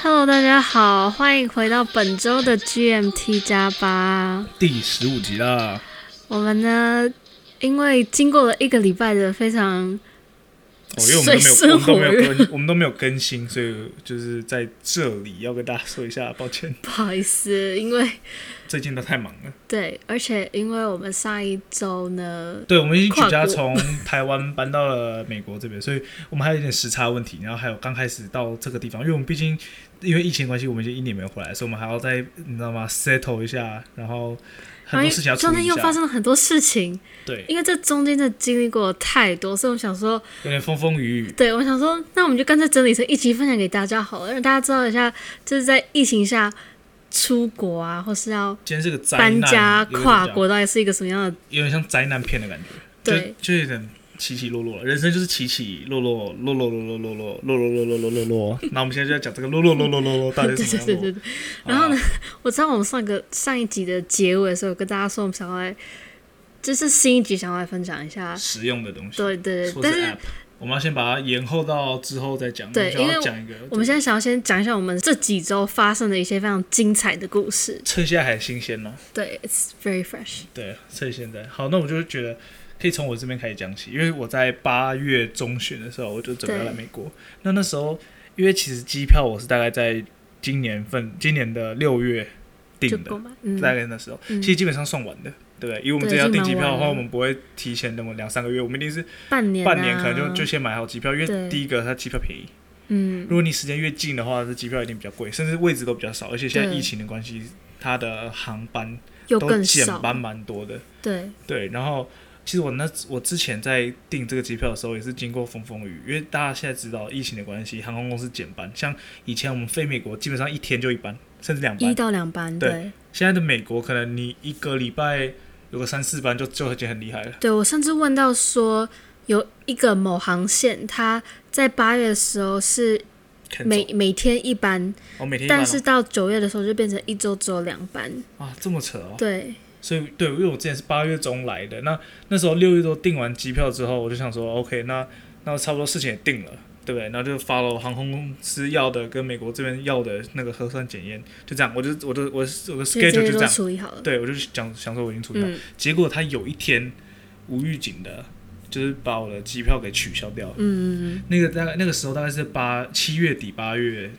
Hello，大家好，欢迎回到本周的 GMT 加八。第十五集啦，我们呢，因为经过了一个礼拜的非常哦，因为我水们深都没有，我们都火没有更，我们都没有更新，所以就是在这里要跟大家说一下，抱歉， 不好意思，因为最近都太忙了。对，而且因为我们上一周呢，对，我们已经举跨家国从台湾搬到了美国这边，所以我们还有一点时差问题，然后还有刚开始到这个地方，因为我们毕竟因为疫情关系，我们已经一年没有回来，所以我们还要再你知道吗，settle 一下，然后很然后多事情要处中理间一又发下，生了很多事情，对，因为这中间的经历过太多，所以我想说，有点风风雨雨。对我想说，那我们就干脆整理成一集分享给大家好了，让大家知道一下，就是在疫情下出国啊，或是要今天是个灾搬难，家有点跨讲国到底是一个什么样的有点像灾难片的感觉，对就，就有点起起落落了。人生就是起起落落，落落落落落落落落落落落落落。那我们现在就要讲这个落落落落落落到底是什么 样对落？对对。然后呢，啊我知道我们上个上一集的结尾的时候，有跟大家说我们想要来，就是新一集想要来分享一下，实用的东西，对对对。或但是是 app，我们要先把它延后到之后再讲。对我们想因为要讲一个，我们现在在想要先讲一下我们这几周发生的一些非常精彩的故事。趁现在还新鲜呢，对，it's very fresh。对，趁现在。好，那我就觉得。可以从我这边开始讲起，因为我在八月中旬的时候，我就准备要来对美国。那那时候，因为其实机票我是大概在今年份，今年的六月订就的，购买，嗯，大概那时候，嗯其实基本上算晚的，对不对？以我们对这要已经订蛮机票的晚话，了我们不会提前那么两三个月，我们一定是半年、啊，半年可能就就先买好机票，因对为第一个它机票便宜，嗯如，果你时间越近的话，这机票一定比较贵，甚至位置都比较少，而且现在对疫情的关系，它的航班又都更减少，班蛮多的，对对，然后。其实我那我之前在订这个机票的时候，也是经过风风雨，雨，因为大家现在知道疫情的关系，航空公司减班。像以前我们飞美国，基本上一天就一班，甚至两班一。到两班，对对，现在的美国，可能你一个礼拜有个三四班就就已经很厉害了。对我甚至问到说，有一个某航线，它在八月的时候是每每天一班，我、哦、每天一班哦但是到九月的时候就变成一周只有两班。啊，这么扯哦。对，所以对，因为我之前是八月中来的，那那时候六月多订完机票之后，我就想说，OK，那那差不多事情也定了，对不对？然后就发了航空公司要的跟美国这边要的那个核酸检验，就这样，我就我的我的我的所以这些 schedule 就这都样。处理好了。对，我就想想说我已经处理好，嗯结果他有一天无预警的，就是把我的机票给取消掉了。嗯，那个大概那个时候大概是八七月底八月，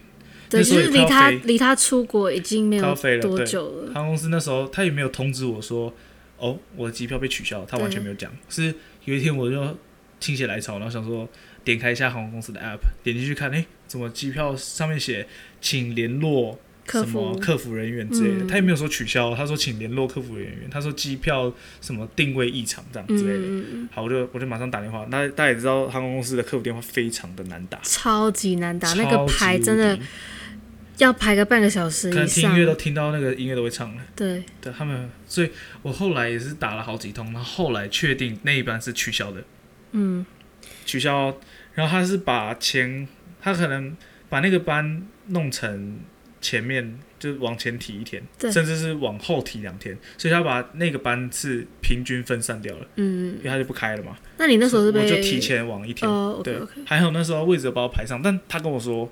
对，那就时候是也离快他要飞离他出国已经没快有要飞了多对久了。航空公司那时候他也没有通知我说，哦，我的机票被取消，他完全没有嗯讲。是有一天我就心血来潮，然后想说点开一下航空公司的 app，点进去看，诶，怎么机票上面写请联络客什么服客服人员之类的，嗯他也没有说取消，他说请联络客服人员，他说机票什么定位异常这样之类的。嗯，嗯嗯好，我就我就马上打电话。那大家也知道，航空公司的客服电话非常的难打，超级难打，那超个级牌无真的敌要排个半个小时可以能听音上乐。都听到那个音乐都会唱了。对，对他们，所以我后来也是打了好几通，然后后来确定那一班是取消的，嗯，取消。然后他是把前，他可能把那个班弄成前面就是往前提一天，对甚至是往后提两天，所以他把那个班是平均分散掉了，嗯因，为他就不开了嘛。那你那时候是我被就提前往一天，哦对，OK OK，还好那时候位置有把我排上，但他跟我说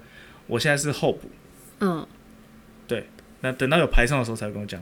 我现在是候补，嗯，那等到有排上的时候才会跟我讲。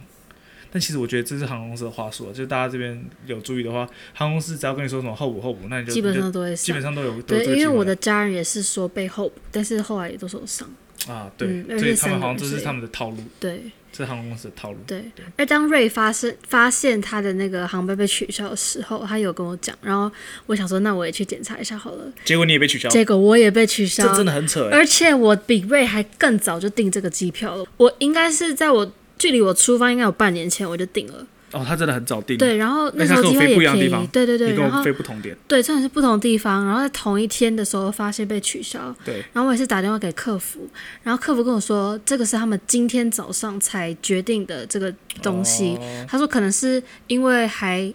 但其实我觉得这是航空公司的话术啊，就是大家这边有注意的话，航空公司只要跟你说什么候补候补，那你就基本你上就都会基上本。上都有都有对，这个因机为会我的家人也是说被候补，但是后来也都是有上。啊，对，嗯而且所以他三们个好像人这之是类他们的套路，对这是航空公司的套路。对。而当瑞发生发现他的那个航班被取消的时候，他有跟我讲，然后我想说，那我也去检查一下好了。结果你也被取消，结果我也被取消这，真的很扯、欸。而且我比瑞还更早就订这个机票了。我应该是在我距离我出发应该有半年前我就订了，哦，他真的很早订，对，然后那时他候跟机我票也飞不一样的便地宜方，对对对，你跟然我后飞不同点，对，真的是不同地方，然后在同一天的时候发现被取消，对，然后我也是打电话给客服，然后客服跟我说，这个是他们今天早上才决定的这个东西。哦他说可能是因为还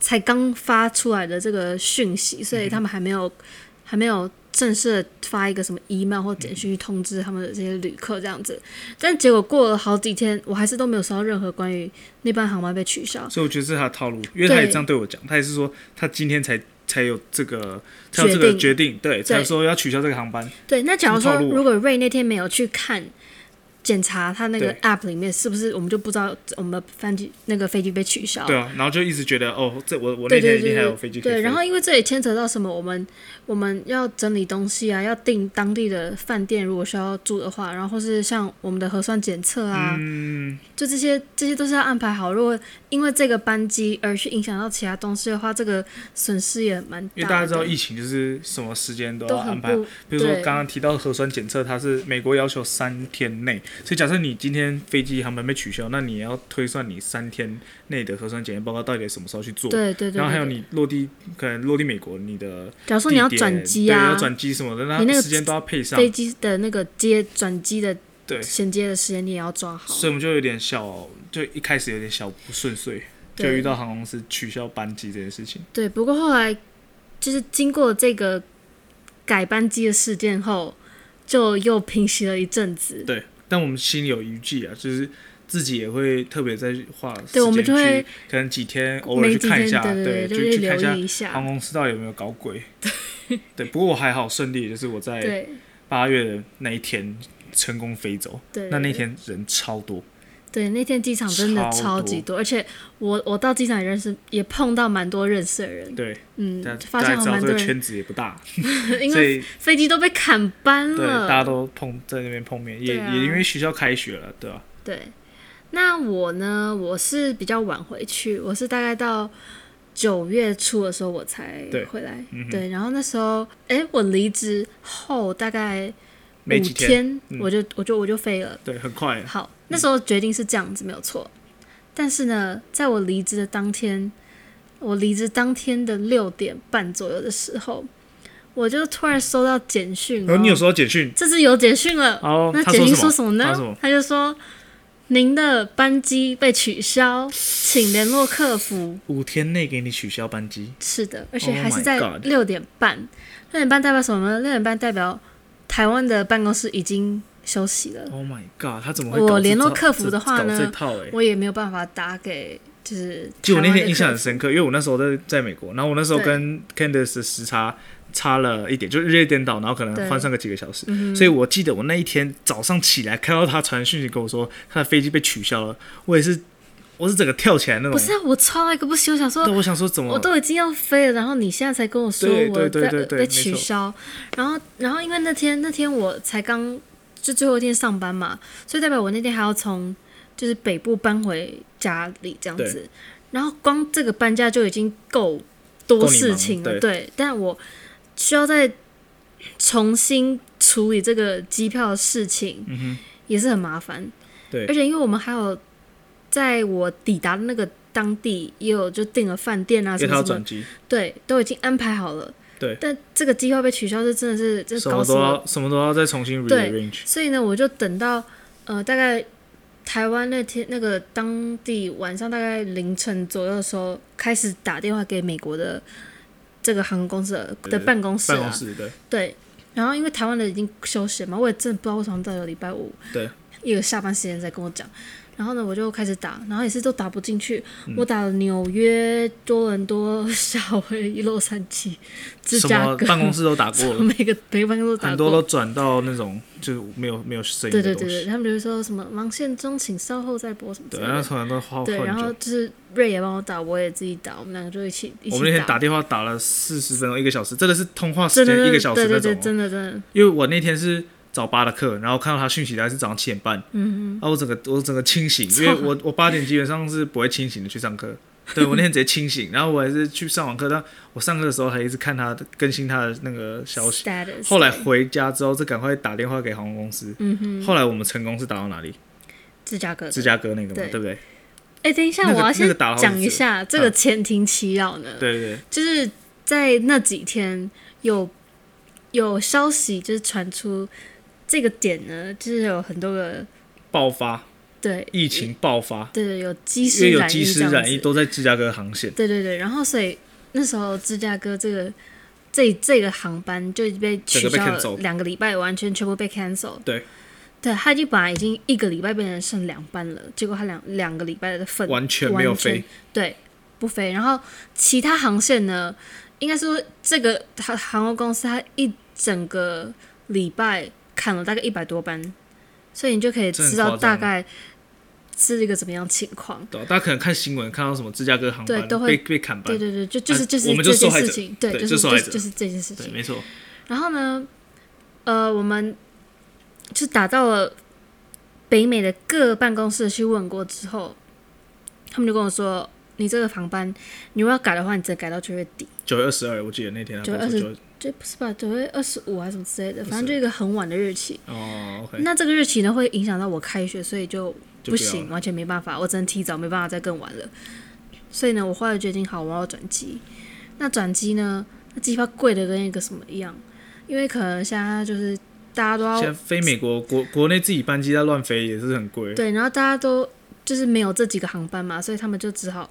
才刚发出来的这个讯息，所以他们还没有、还没有正式的发一个什么 email 或简讯去通知他们的这些旅客这样子。但结果过了好几天，我还是都没有收到任何关于那班航班被取消。所以我觉得这是他的套路，因为他也对这样对我讲，他也是说他今天才才有这个才有这个决定决定，对，才说要取消这个航班，对，那假如什说么套路啊如果瑞那天没有去看检查他那个对 app 里面是不是，我们就不知道我们的飞机那个飞机被取消。对啊，然后就一直觉得哦，这我哦我那对天对一定对还有对飞机可以对，飞然后因为这也牵扯到什么，我们我们要整理东西啊，要订当地的饭店，如果需要住的话，然后或是像我们的核酸检测啊，嗯，就这些这些都是要安排好。如果因为这个班机而去影响到其他东西的话，这个损失也蛮大的。因为大家知道疫情就是什么时间都要都很安不排，比如说对刚刚提到核酸检测，它是美国要求三天内，所以假设你今天飞机航班被取消，那你也要推算你三天内的核酸检验报告到底什么时候去做。对对对对。然后还有对，你落地，可能落地美国，你的假如说地你要点转机对，啊要，转机什么的，你那那个时间都要配上。飞机的那个接转机的对，衔接的时间你也要抓好。所以我们就有点小，就一开始有点小不顺遂，就对遇到航空公司取消班机这件事情。对，不过后来就是经过这个改班机的事件后，就又平息了一阵子。对，但我们心里有余悸啊，就是自己也会特别在花时对我们间就会去，可能几天偶尔没去几看天，一下，对就就去是看留一下意一航下。空公司到底有没有搞 鬼。对，不过我还好顺利，就是我在对八月的那一天成功飞走，对，那那对天人超多，对那天机场真的超超多级多，而且我我到机场也认识也碰到蛮多认识的人，对，嗯大，发大现好像家知道蛮这多个人，圈子也不大，因所为以飞机都被砍班对大家了，都碰在那边碰面，也、对啊也因为学校开学了，对吧、对。那我呢？我是比较晚回去，我是大概到九月初的时候我才对回来。嗯哼对，然后那时候，哎，我离职后大概五没几天，嗯我就我就我就飞了。对，很快，好，那时候决定是这样子，没有错。但是呢，在我离职的当天，我离职当天的六点半左右的时候，我就突然收到简讯、哦哦然后你有收到简讯，这次有简讯了。哦，那他简讯什说么？什么呢？他他说什么就说您的班机被取消，请联络客服。五天内给你取消班机，是的，而且 Oh 还是 my 在 God 六点半。六点半代表什么呢？六点半代表台湾的办公室已经休息了。 Oh my god！他怎么会搞我这联络套客服这的话呢搞这套哎、欸，我也没有办法打给，就是就我那台湾的天印象客很服深刻，因为我那时候在在美国，然后我那时候对跟 Candice 的时差差了一点，就是日夜颠倒，然后可能对嗯换上个几个小时，所以我记得我那一天早上起来看到他传讯息跟我说他的飞机被取消了，我也是我是整个跳起来那种，不是啊，我超到一个不行，我想说对，我想说怎么我都已经要飞了，然后你现在才跟我说对我对对在对对被没取错消，然后然后因为那天那天我才刚就最后一天上班嘛，所以代表我那天还要从就是北部搬回家里这样对子，然后光这个搬家就已经够多够你事忙情了，对对，但我需要再重新处理这个机票的事情，嗯也是很麻烦。对而且因为我们还有在我抵达的那个当地也有就订了饭店啊哼，什因为他要么什么转，机，对，都已经安排好了。对但这个机票被取消，这真的是这什搞么死都我。要什么都要再重新对 rearrange，所以呢，我就等到呃大概台湾那天那个当地晚上大概凌晨左右的时候，开始打电话给美国的这个航空公司的对的办公室办啊公，室对对，然后因为台湾的已经休息了嘛，我也真的不知道为什么到了礼拜五，对，一个下班时间才跟我讲。然后呢，我就开始打，然后也是都打不进去。我打了纽约、多伦多、夏威夷、洛杉矶、芝什加么哥，办公室都打过我了，每个每个办公室都打过，很多都转到那种就是没有没有声音对的对东西。对对，他们就会说什么忙线中，请稍后再拨什么之对，类然后的。从来都花对，然后很久。就是瑞也帮我打，我也自己打，我们两个就一起一起我们那天打电话打了四十分钟，一个小时，真的是通话时真的间真一的个小时对那对对，种哦。真的真的，因为我那天是早八的课，然后看到他讯息大概是早上七点半，嗯嗯，啊，我整个我整个清醒，因为我我八点基本上是不会清醒的去上课，对我那天直接清醒，然后我还是去上网课，但我上课的时候还一直看他的更新他的那个消息。 status。后来回家之后，就赶快打电话给航空公司。嗯哼。后来我们成功是打到哪里？芝加哥的芝加哥那个嘛，对对不对？哎，等一下，那个我要那先个打了好几讲一下这个前庭祈祷呢，对对，就是在那几天有有消息就是传出这个点呢，就是有很多个爆发对疫情爆发，对有机因师为有染机疫师这样染子疫都在芝加哥航线，对对对，然后所以那时候芝加哥这个这这个航班就被取消整个被了 cancel 两个礼拜，完全全部被 cancel。对，对，他就本来已经一个礼拜变成剩两班了，结果他两两个礼拜的份完全没有完全飞，对不飞，然后其他航线呢，应该说这个航航空公司它一整个礼拜砍了大概一百多班，所以你就可以这很知夸道张大啊概是一个怎么样情况。对吧，啊大家可能看新闻看到什么芝加哥航对班都被会被砍班对，对对，就就是啊就是我们就这是受件害者事情，对，对就就是受害就是者就是这件事对，情。没错，然后呢，呃，我们就打到了北美的各办公室去问过之后，他们就跟我说，你这个航班，你如果要改的话，你只能改到九月底，九月二十二，我记得那天他9跟月我说九这不是吧？九月二十五还啊是什么之类的，反正就一个很晚的日期。哦，OK，那这个日期呢，会影响到我开学，所以就就不要行，了完全没办法，我只能提早，没办法再更晚了。所以呢，我后来决定好，我要转机。那转机呢，那机票贵的跟一个什么一样，因为可能现在就是大家都现在要飞美国国国内自己班机在乱飞也是很贵，对，然后大家都就是没有这几个航班嘛，所以他们就只好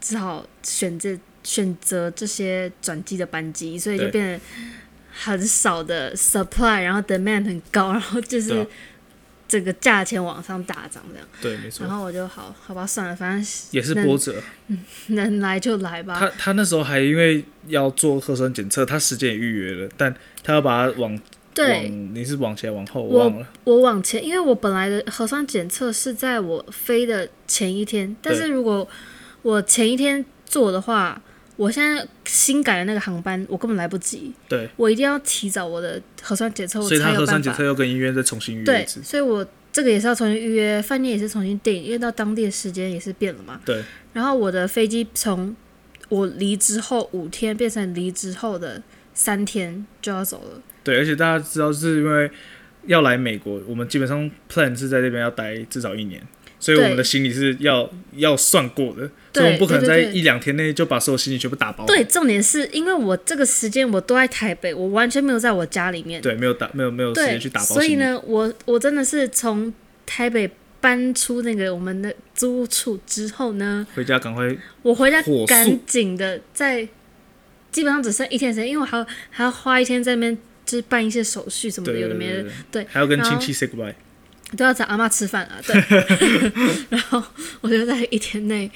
只好选这选择这些转机的班机，所以就对变得很少的 supply，然后 demand 很高，然后就对啊是整个价钱往上大涨这样。对，没然错，后我就好好吧，算了，反正 也是能波折。能来就来他吧。他那时候还因为要做核酸检测，他时间也预约了，但他要把它往对往你是往前往后我忘了，我往前，因为我本来的核酸检测是在我飞的前一天，但是如果我前一天做的话，我现在新改的那个航班我根本来不及，对，我一定要提早我的核酸检测，我所以他才核有酸办检法测。要跟医院再重新预约一对，次，所以我这个也是要重新预约，饭店也是重新订，因为到当地的时间也是变了嘛。对，然后我的飞机从我离职后五天变成离职后的三天就要走了。对，而且大家知道是因为要来美国，我们基本上 plan 是在这边要待至少一年，所以我对们的行李是要要算过的，所对以我们不可能对在对对一两天内就把所有行李全部打包。对，重点是因为我这个时间我都在台北，我完全没有在我家里面。对，没有打没有没有时对，间去打包行所李。以呢，我我真的是从台北搬出那个我们的租屋处之后呢，回家赶快我回家火速赶紧的在，基本上只剩一天时间，因为我还要还要花一天在那边就是办一些手续什么的，对有的对没的对，对，还要跟然后亲戚 say goodbye。都要找阿妈吃饭啊，对。 然后我就在一天内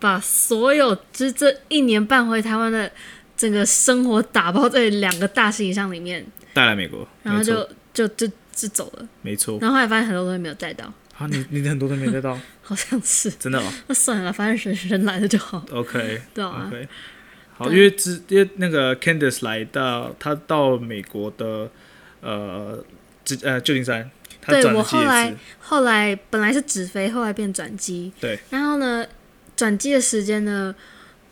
把所有就是这一年半回台湾的整个生活打包在两个大行李箱里面，带来美国，然后没错就就就就走了。没错然后后来发现很多东西没有带到， 啊，你你很多都没带到，好像是 真的、哦、那算了，反正人人来了就好， ，OK 对啊 OK，好，对因为之因为那个 Candice 来到她到美国的呃之呃旧金山，她对转我了机后来也是，后来本来是直飞，后来变转机。对。然后呢，转机的时间呢，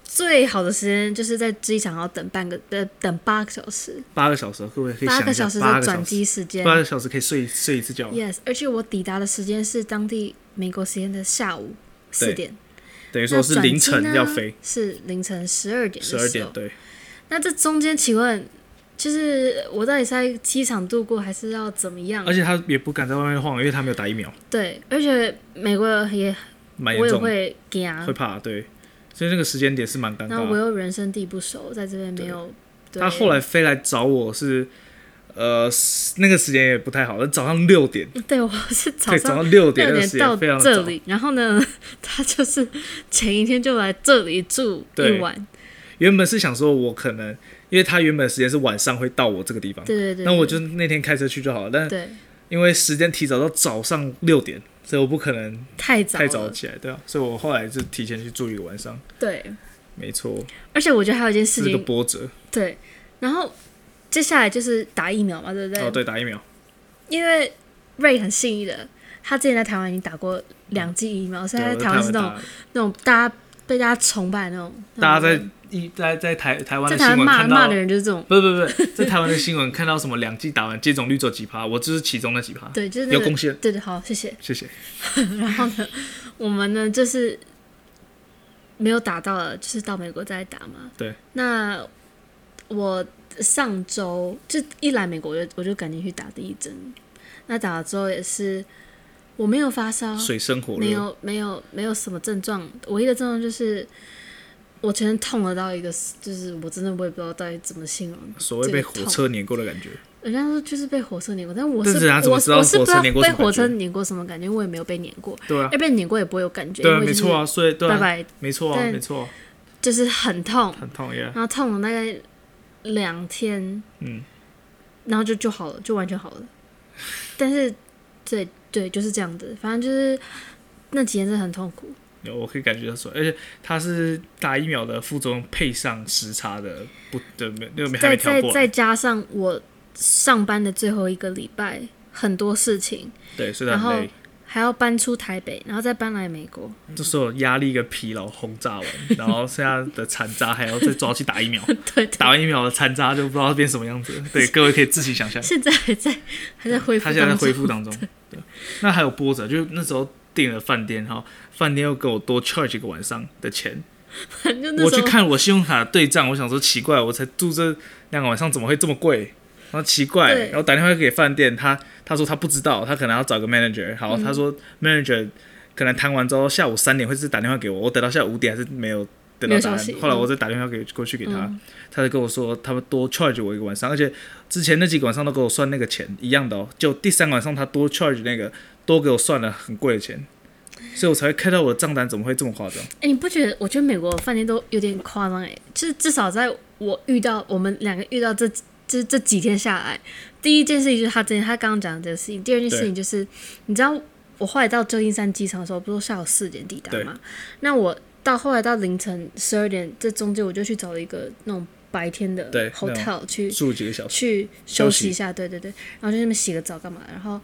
最好的时间就是在机场要等半个呃等八个小时，八个小时，各位可以八想个一下小，时八的个转小时，机时间。八个小时可以睡睡一次觉， Yes，而且我抵达的时间是当地美国时间的下午四点，等那于说是转凌机晨呢要飞，是凌晨十二点的时十候。二点对。那这中间，请问，就是我到底是在机场度过，还是要怎么样而？且他也不敢在外面晃，因为他没有打疫苗，对，而且美国也蛮我严也重的，会惊，会怕对，所以那个时间点是蛮尴尬然的后。我又人生地不熟，在这边没有。对他后来飞来找我是，呃，那个时间也不太好，早上六点，对我是早对，早上上六点六那个点时到间非常的这早。里，然后呢，他就是前一天就来这里住对一晚，原本是想说，我可能因为他原本的时间是晚上会到我这个地方，对对对，那我就那天开车去就好了。但对因为时间提早到早上六点，所以我不可能太早太早了起来，对啊，所以我后来就提前去住一个晚上，对，没错，而且我觉得还有一件事是个情，波折。对，然后接下来就是打疫苗嘛，对不对？哦，对，打疫苗，因为瑞很幸运的，他之前在台湾已经打过两剂疫苗，所以嗯对，他我在台湾是在湾那打种，那种大家被大家崇拜的那种，大家那在种一在在台台湾嗯在的台湾新闻骂看骂到的，人就是这种，不不不，在台湾的新闻看到什么两剂打完接种率只有几趴，我就是其中那几趴，对，就是那有个贡献，对对，好，谢谢。谢谢。然后呢，我们呢就是没有打到了，就是到美国再打嘛。对。那我上周就一来美国，我就我就赶紧去打第一针。那打了之后也是，我没有发烧，水深火哦没热，有没有没有什么症状，唯一的症状就是我全身痛了到一个，就是我真的我也不知道到底怎么形容。所谓被火这个痛车碾过的感觉。人家说就是被火车碾过，但我但是人家怎我么知道我是不知火车道碾过被什么感觉火车碾过什么感觉，我也没有被碾过，对啊哎，，被碾过也不会有感哎觉，对啊，因为没就是错啊，所以对拜啊，拜，没错啊，但没错啊，就是很痛，很痛耶。然后痛了大概两天，嗯，然后就就好了，就完全好了。但是，对对，就是这样子，反正就是那几天真的很痛苦。有我可以感觉到说，而且它是打疫苗的副作用配上时差的不的没那个没还再没调再过来，啊再加上我上班的最后一个礼拜，很多事情，对，所以它很然累后。还要搬出台北，然后再搬来美国， 这所有压力跟疲劳轰炸完，然后剩下的残渣还要再抓去打疫苗，对对打完疫苗的残渣就不知道变什么样子了。对，各位可以自行想 象。现在还在还在恢复，他现在在恢复，当中。对，那还有波折，就是那时候订了饭店，然后饭店又给我多 charge 一个晚上的钱。反正那我时去候看我信用卡的对账，我想说奇怪，我才住这两个晚上怎么会这么贵？然后奇怪，对然后打电话给饭店，他他说他不知道，他可能要找个 manager。好，嗯他说 manager 可能谈完之后下午三点会是打电话给我，我等到下午五点还是没有等没到有答案消息。后来嗯我再打电话给过去给他，他就跟我说他们多 charge 我一个晚上，而且之前那几个晚上都给我算那个钱一样的哦，就第三个晚上他多 charge 那个多给我算了很贵的钱，所以我才会看到我的账单怎么会这么夸张。哎、你不觉得？我觉得美国饭店都有点夸张哎，就是至少在我遇到我们两个遇到这这这几天下来，第一件事情就是他之前他刚刚讲的这个事情，第二件事情就是你知道我后来到旧金山机场的时候，不是说下午四点抵达对吗？那我到后来到凌晨十二点，这中间我就去找了一个那种白天的对那种 hotel 去住几个小时，去休休息息一下，对对对，然后就在那边洗个澡干嘛，然后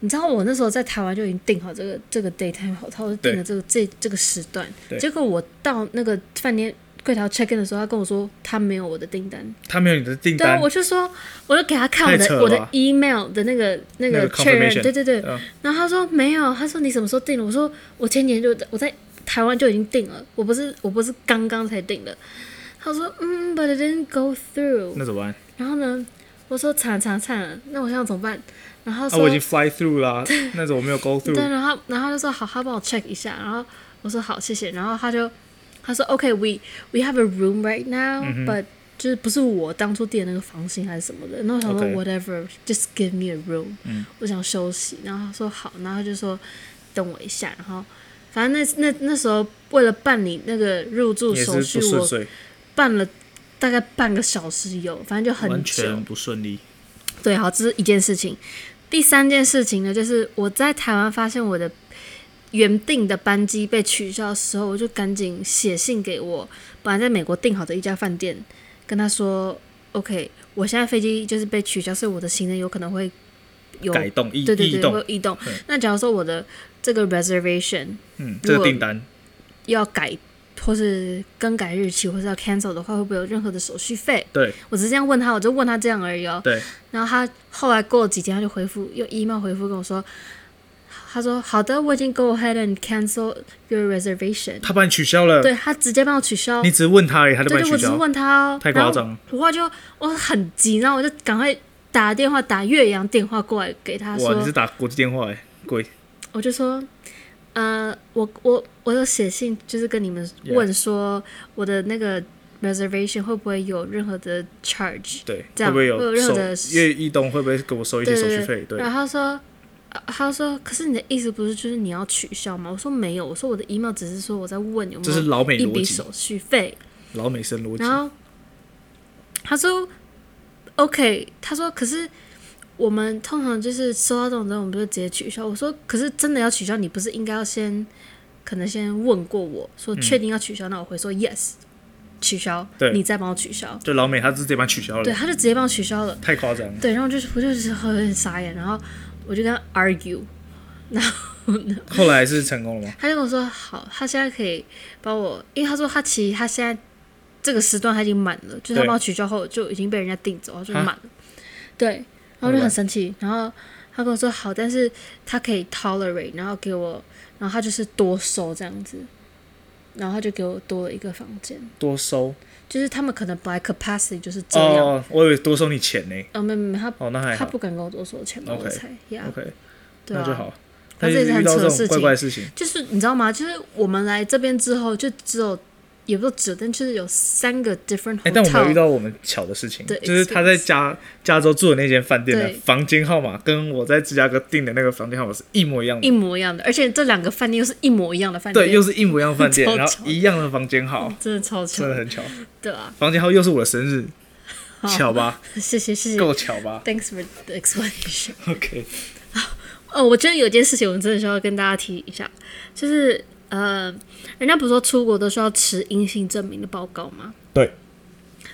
你知道我那时候在台湾就已经订好这个这个 daytime 好，他就对订了这个这这个时段对，结果我到那个饭店柜台 check in 的时候，他跟我说他没有我的订单，他没有你的订对单啊，，我就说我就给他看我太的扯了我的吧 email 的那个那那个个确认 confirmation，对对对，嗯然后他说没有，他说你什么时候订的？我说我前几天就我在台湾就已经订了，我不是我不是刚刚才订的。他说嗯，but it didn't go through。那怎么办？然后呢，我说惨惨惨了，那我现在怎么办？然后他啊，说、我已经 fly through 啦、那种我没有 go 对， through，然后然后他就说好，他帮我 check 一下，然后我说好，谢谢。然后他就他说 OK，we、we have a room right 嗯 now，but、就是不是我当初订的那个房型还是什么的，那我想说 OK 嗯 whatever，just give me a room，、我想休息。然后他说好，然后他就说等我一下，然后反正那那那时候为了办理那个入住也是手续，不顺我遂，办了大概半个小时有，反正就很完久全。不顺利。对，好，这是一件事情。第三件事情呢，就是我在台湾发现我的原定的班机被取消的时候，我就赶紧写信给我本来在美国订好的一家饭店，跟他说，OK，我现在飞机就是被取消，所以我的行程有可能会有改动异对对异对，会有动，异动对。那假如说我的这个 reservation 嗯，如这个果订单要改或是更改日期，或是要 cancel 的话，会不会有任何的手续费？对我只是这样问他，我就问他这样而已哦。对，然后他后来过了几天，他就回复用 email 回复跟我说，他说好的，我已经 go ahead and cancel your reservation。他把你取消了，对他直接帮我取消呃你，只是问他而已，他就把对你对，取我只是消。问他哦，太夸张了。然后我就我很急，然后我就赶快打电话打岳阳电话过来给他哇，你说是，打国际电话哎，贵，我就说，呃，我我我有写信就是跟你们 Yeah 问说我的那个 reservation 会不会有任何的 charge？对，这会样不会会有有任手何的因为异动会不会给我收一些手续费？对然，后他说，呃他说，可是你的意思不是就是你要取消吗？我说没有，我说我的 email 只是说我在问有没这是有老美一逻笔辑手，续费。老美生逻辑然，后他说，OK，他说可是。我们通常就是收到这种东西，我们就直接取消。我说，可是真的要取消，你不是应该要先，可能先问过我说确定要取消，那我会说 yes，取消对，你再帮我取消。就老美他直接把你取消对，了，他就直接帮我取消了。太夸张了。对，然后就是我就是很傻眼，然后我就跟他 argue，然后呢，后来是成功了吗？他就跟我说好，他现在可以帮我，因为他说他其实他现在这个时段他已经满了，就是他对帮我取消后就已经被人家订走，然后就哈满了，对，然后我就很生气，然后他跟我说好，但是他可以 tolerate，然后给我，然后他就是多收这样子，然后他就给我多了一个房间，多收就是他们可能本来 capacity 就是这样，哦，我以为多收你钱呢。呃，没没没，他哦，那还他好不敢跟我多收钱吧 OK，我猜呀 OK，对那就啊，好。他那这是很遇到扯这的种事怪情怪的事情，就是你知道吗？就是我们来这边之后，就只有也不是只有，但就是有三个 different 哎，但我们有遇 hotel，到我们巧的事情，对就是他在加加州住的那间饭店的对房间号码，跟我在芝加哥订的那个房间号码是一模一样的一。模一样的，而且这两个饭店又是一模一样的饭店，对，又是一模一样的饭店，超然后巧一样的房间号，真的超巧真，的很巧。对啊，房间号又是我的生日，巧吧？谢谢谢谢够巧吧，Thanks for the explanation。 ？OK，哦，我觉得有件事情我们真的需要跟大家提一下，就是呃，人家不是说出国都需要持阴性证明的报告吗？对。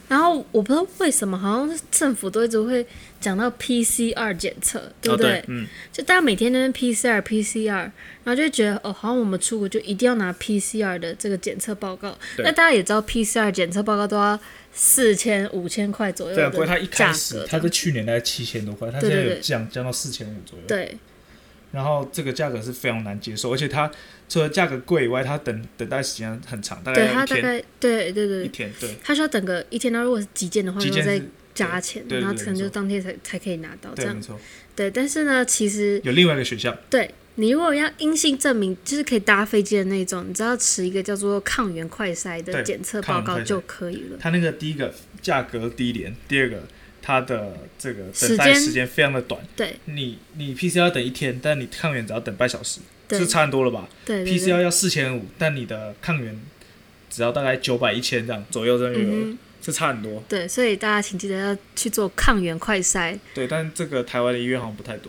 然后我不知道为什么，好像是政府都一直会讲到 PCR 检测，对哦不对？对，嗯，就大家每天都在那边 PCR PCR，然后就会觉得哦，好像我们出国就一定要拿 PCR 的这个检测报告。对那大家也知道 PCR 检测报告都要四千五千块左右对啊，的不过他一价开始格，他在去年大概七千多块，他现对在对有对降降到四千五左右。对然后这个价格是非常难接受，而且它除了价格贵以外，它等等待时间很长，大概对，要他一大天概对对对一，天对他需要等个一天，他如果是急件的话，急然件后再是加钱，对对然后对可能没错就当天才才可以拿到这对样没。错，对，但是呢，其实有另外一个选项对你如果要阴性证明，就是可以搭飞机的那种，你只要持一个叫做抗原快筛的对检测抗报告原快筛就可以了。它那个第一个价格低廉，第二个它的这个时等待间时间非常的短，对你你 PCR 要等一天，但你抗原只要等半小时，对是差很多了吧对对对？PCR 要四千五，但你的抗原只要大概九百一千这样左右这样有了，嗯哼，是差很多。对，所以大家请记得要去做抗原快筛，对，但这个台湾的医院好像不太多，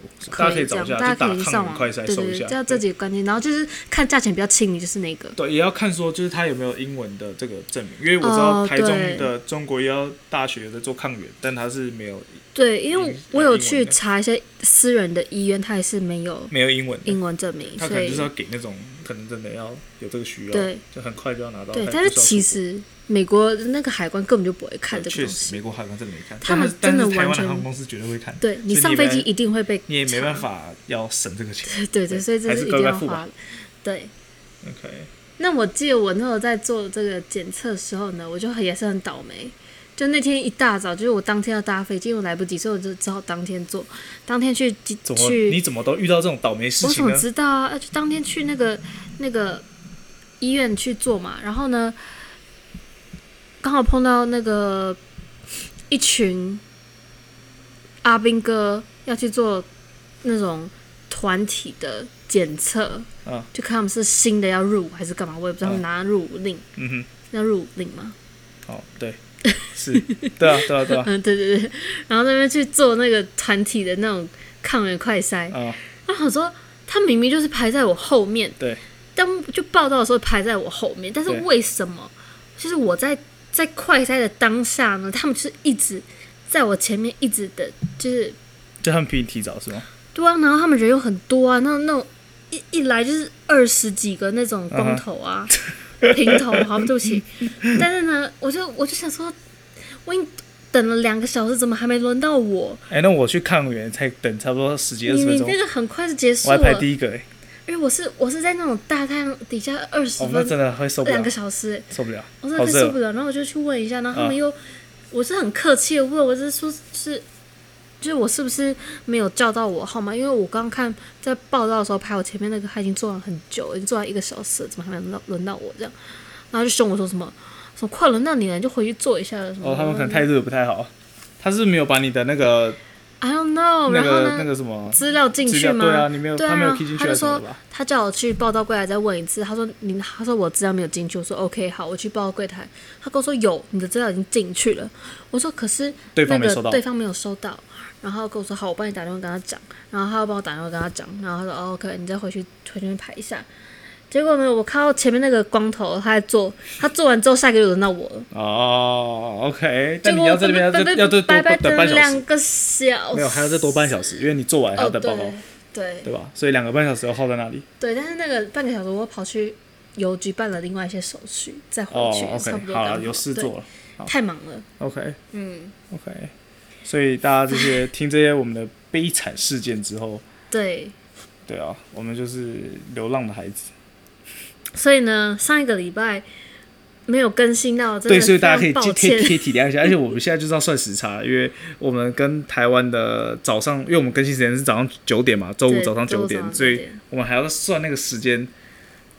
可大家可以这找一样，下，大家就打可以上抗原网快筛对搜对一下对，，叫这对几个关键，然后就是看价钱比较亲民，就是那个。对，也要看说就是他有没有英文的这个证明，因为我知道哦台中对的中国医药大学有在做抗原，但他是没有对，因为英我有嗯英文去的查一些私人的医院，它也是没有没有英文的，英文证明，他可所能以就是要给那种可能真的要有这个需要，对，就很快就要拿到。对，还但不是需要其出国实美国那个海关根本就不会看这对个确东实西，美国海关真的没看，他们但真是的但是台完湾的全航空公司绝对会看，对你所以上也飞没机一定会被你也没查办，法要省这个钱。对对，所以这还是是一乖定乖要付吧花的，对。 OK，那我记得我那时候在做这个检测的时候呢，我就很也是很倒霉。就那天一大早，就是我当天要搭飞机，因为我来不及，所以我就只好当天做。当天去机怎么去你怎么都遇到这种倒霉事我情怎么呢？知道啊？呃就当天去那个那个医院去做嘛，然后呢，刚好碰到那个一群阿兵哥要去做那种团体的检测，嗯就看他们是新的要入伍还是干嘛，我也不知道他们嗯拿入伍令，嗯哼。要入伍令吗？哦，对， 是，对啊，对啊，对啊，嗯，对对 对，然后那边去做那个团体的那种抗原快筛，啊，然后我说他明明就是排在我后面。对，但就报道的时候排在我后面，但是对为什么？就是我在在快筛的当下呢，他们就是一直在我前面，一直的，就是就他们比你提早是吗？对啊，然后他们人又很多啊，那那种一一来就是二十几个那种光头 啊、平头，好对不起，但是呢，我就我就想说，我已经等了两个小时，怎么还没轮到我？哎、那我去抗原才等差不多十几二你十分你钟那，个很快就结束我还排了，第一个、哎，因为我是我是在那种大太阳底下二十哦，那分真的会受不两了个，小时、欸受不了，我真好的快受热不哦，了，然后我就去问一下，然后他啊们又，我是很客气的问，我是说是，就是我是不是没有叫到我号码？因为我刚看在报道的时候排我前面那个他已经坐了很久，已经坐了一个小时了，怎么还没轮到轮到我这样？然后就凶我说什么，说快轮到你了，你就回去坐一下了什么？哦，他们可能态度也不太好，他是没有把你的那个、 I don't know，那哦然后个呢？那个什么资料进资去料，吗？对啊，你没有、对啊他没有 key 进去他还就是什么说吧？他叫我去报到柜台再问一次，他说你他说我资料没有进去，我说 OK 好，我去报到柜台，他跟我说有，你的资料已经进去了，我说可是对那方没收个到，对方没有收到，然后跟我说好，我帮你打电话跟他讲，然后他又帮我打电话跟他讲，然后他说哦 OK，你再回去回去排一下，结果呢，我看到前面那个光头他在做，他做完之后下一个就轮到我了，哦，OK，结但果我你要在那边要白白再要再多白白等等半了小两时，个小时，没有，还要再多半小时，因为你做完还要哦等对报告，对对吧？所以两个半小时要耗在那里。对，但是那个半个小时我跑去邮局办了另外一些手续，再回哦去、 ，OK，差不多好刚了，有事对做了太忙了， ，OK。嗯， OK，所以大家这些听这些我们的悲惨事件之后，对，对啊，我们就是流浪的孩子，所以呢，上一个礼拜没有更新到，真对，的所以大家可以非常体抱体可歉。以体谅一下，而且我们现在就是要算时差，因为我们跟台湾的早上，因为我们更新时间是早上九点嘛，周五对早上周五早九点，上所9以点我们还要算那个时间，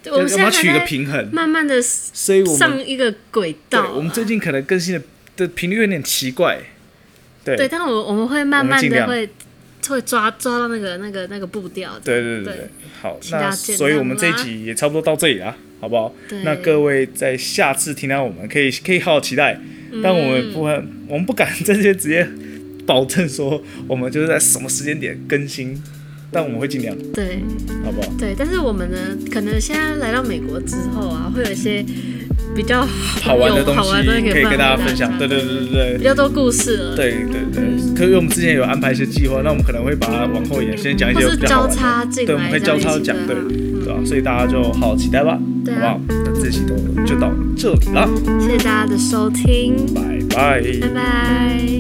对我要们要现在不要还取一个在平衡。慢慢的所以我们上一个轨对道啊。我们最近可能更新的的频率有点奇怪，对啊对，对但我我们会慢慢我们尽的量会会抓抓到那个那个那个步调。对对对对，好，大家那见谅所以我们这一啦集也差不多到这里啦，好不好？对那各位在下次听到我们可以可以好好期待，嗯但我们不敢，我们不敢这些直接保证说我们就是在什么时间点更新，但我们会尽量，对好不好？对，但是我们呢，可能现在来到美国之后啊，会有一些比较好玩的东有好玩西的东西可以慢慢跟大家分享，对对对对比对。较多故事了，对对嗯对，可是我们之前有安排一些计划，那我们可能会把它往后延，先讲一或些是比较交好玩的。叉进来，对，我们会这样交一叉起讲，对对啊，对吧、所以大家就好好期待吧，对好不啊好？那这期都就到这里啦，谢谢大家的收听，拜拜拜拜。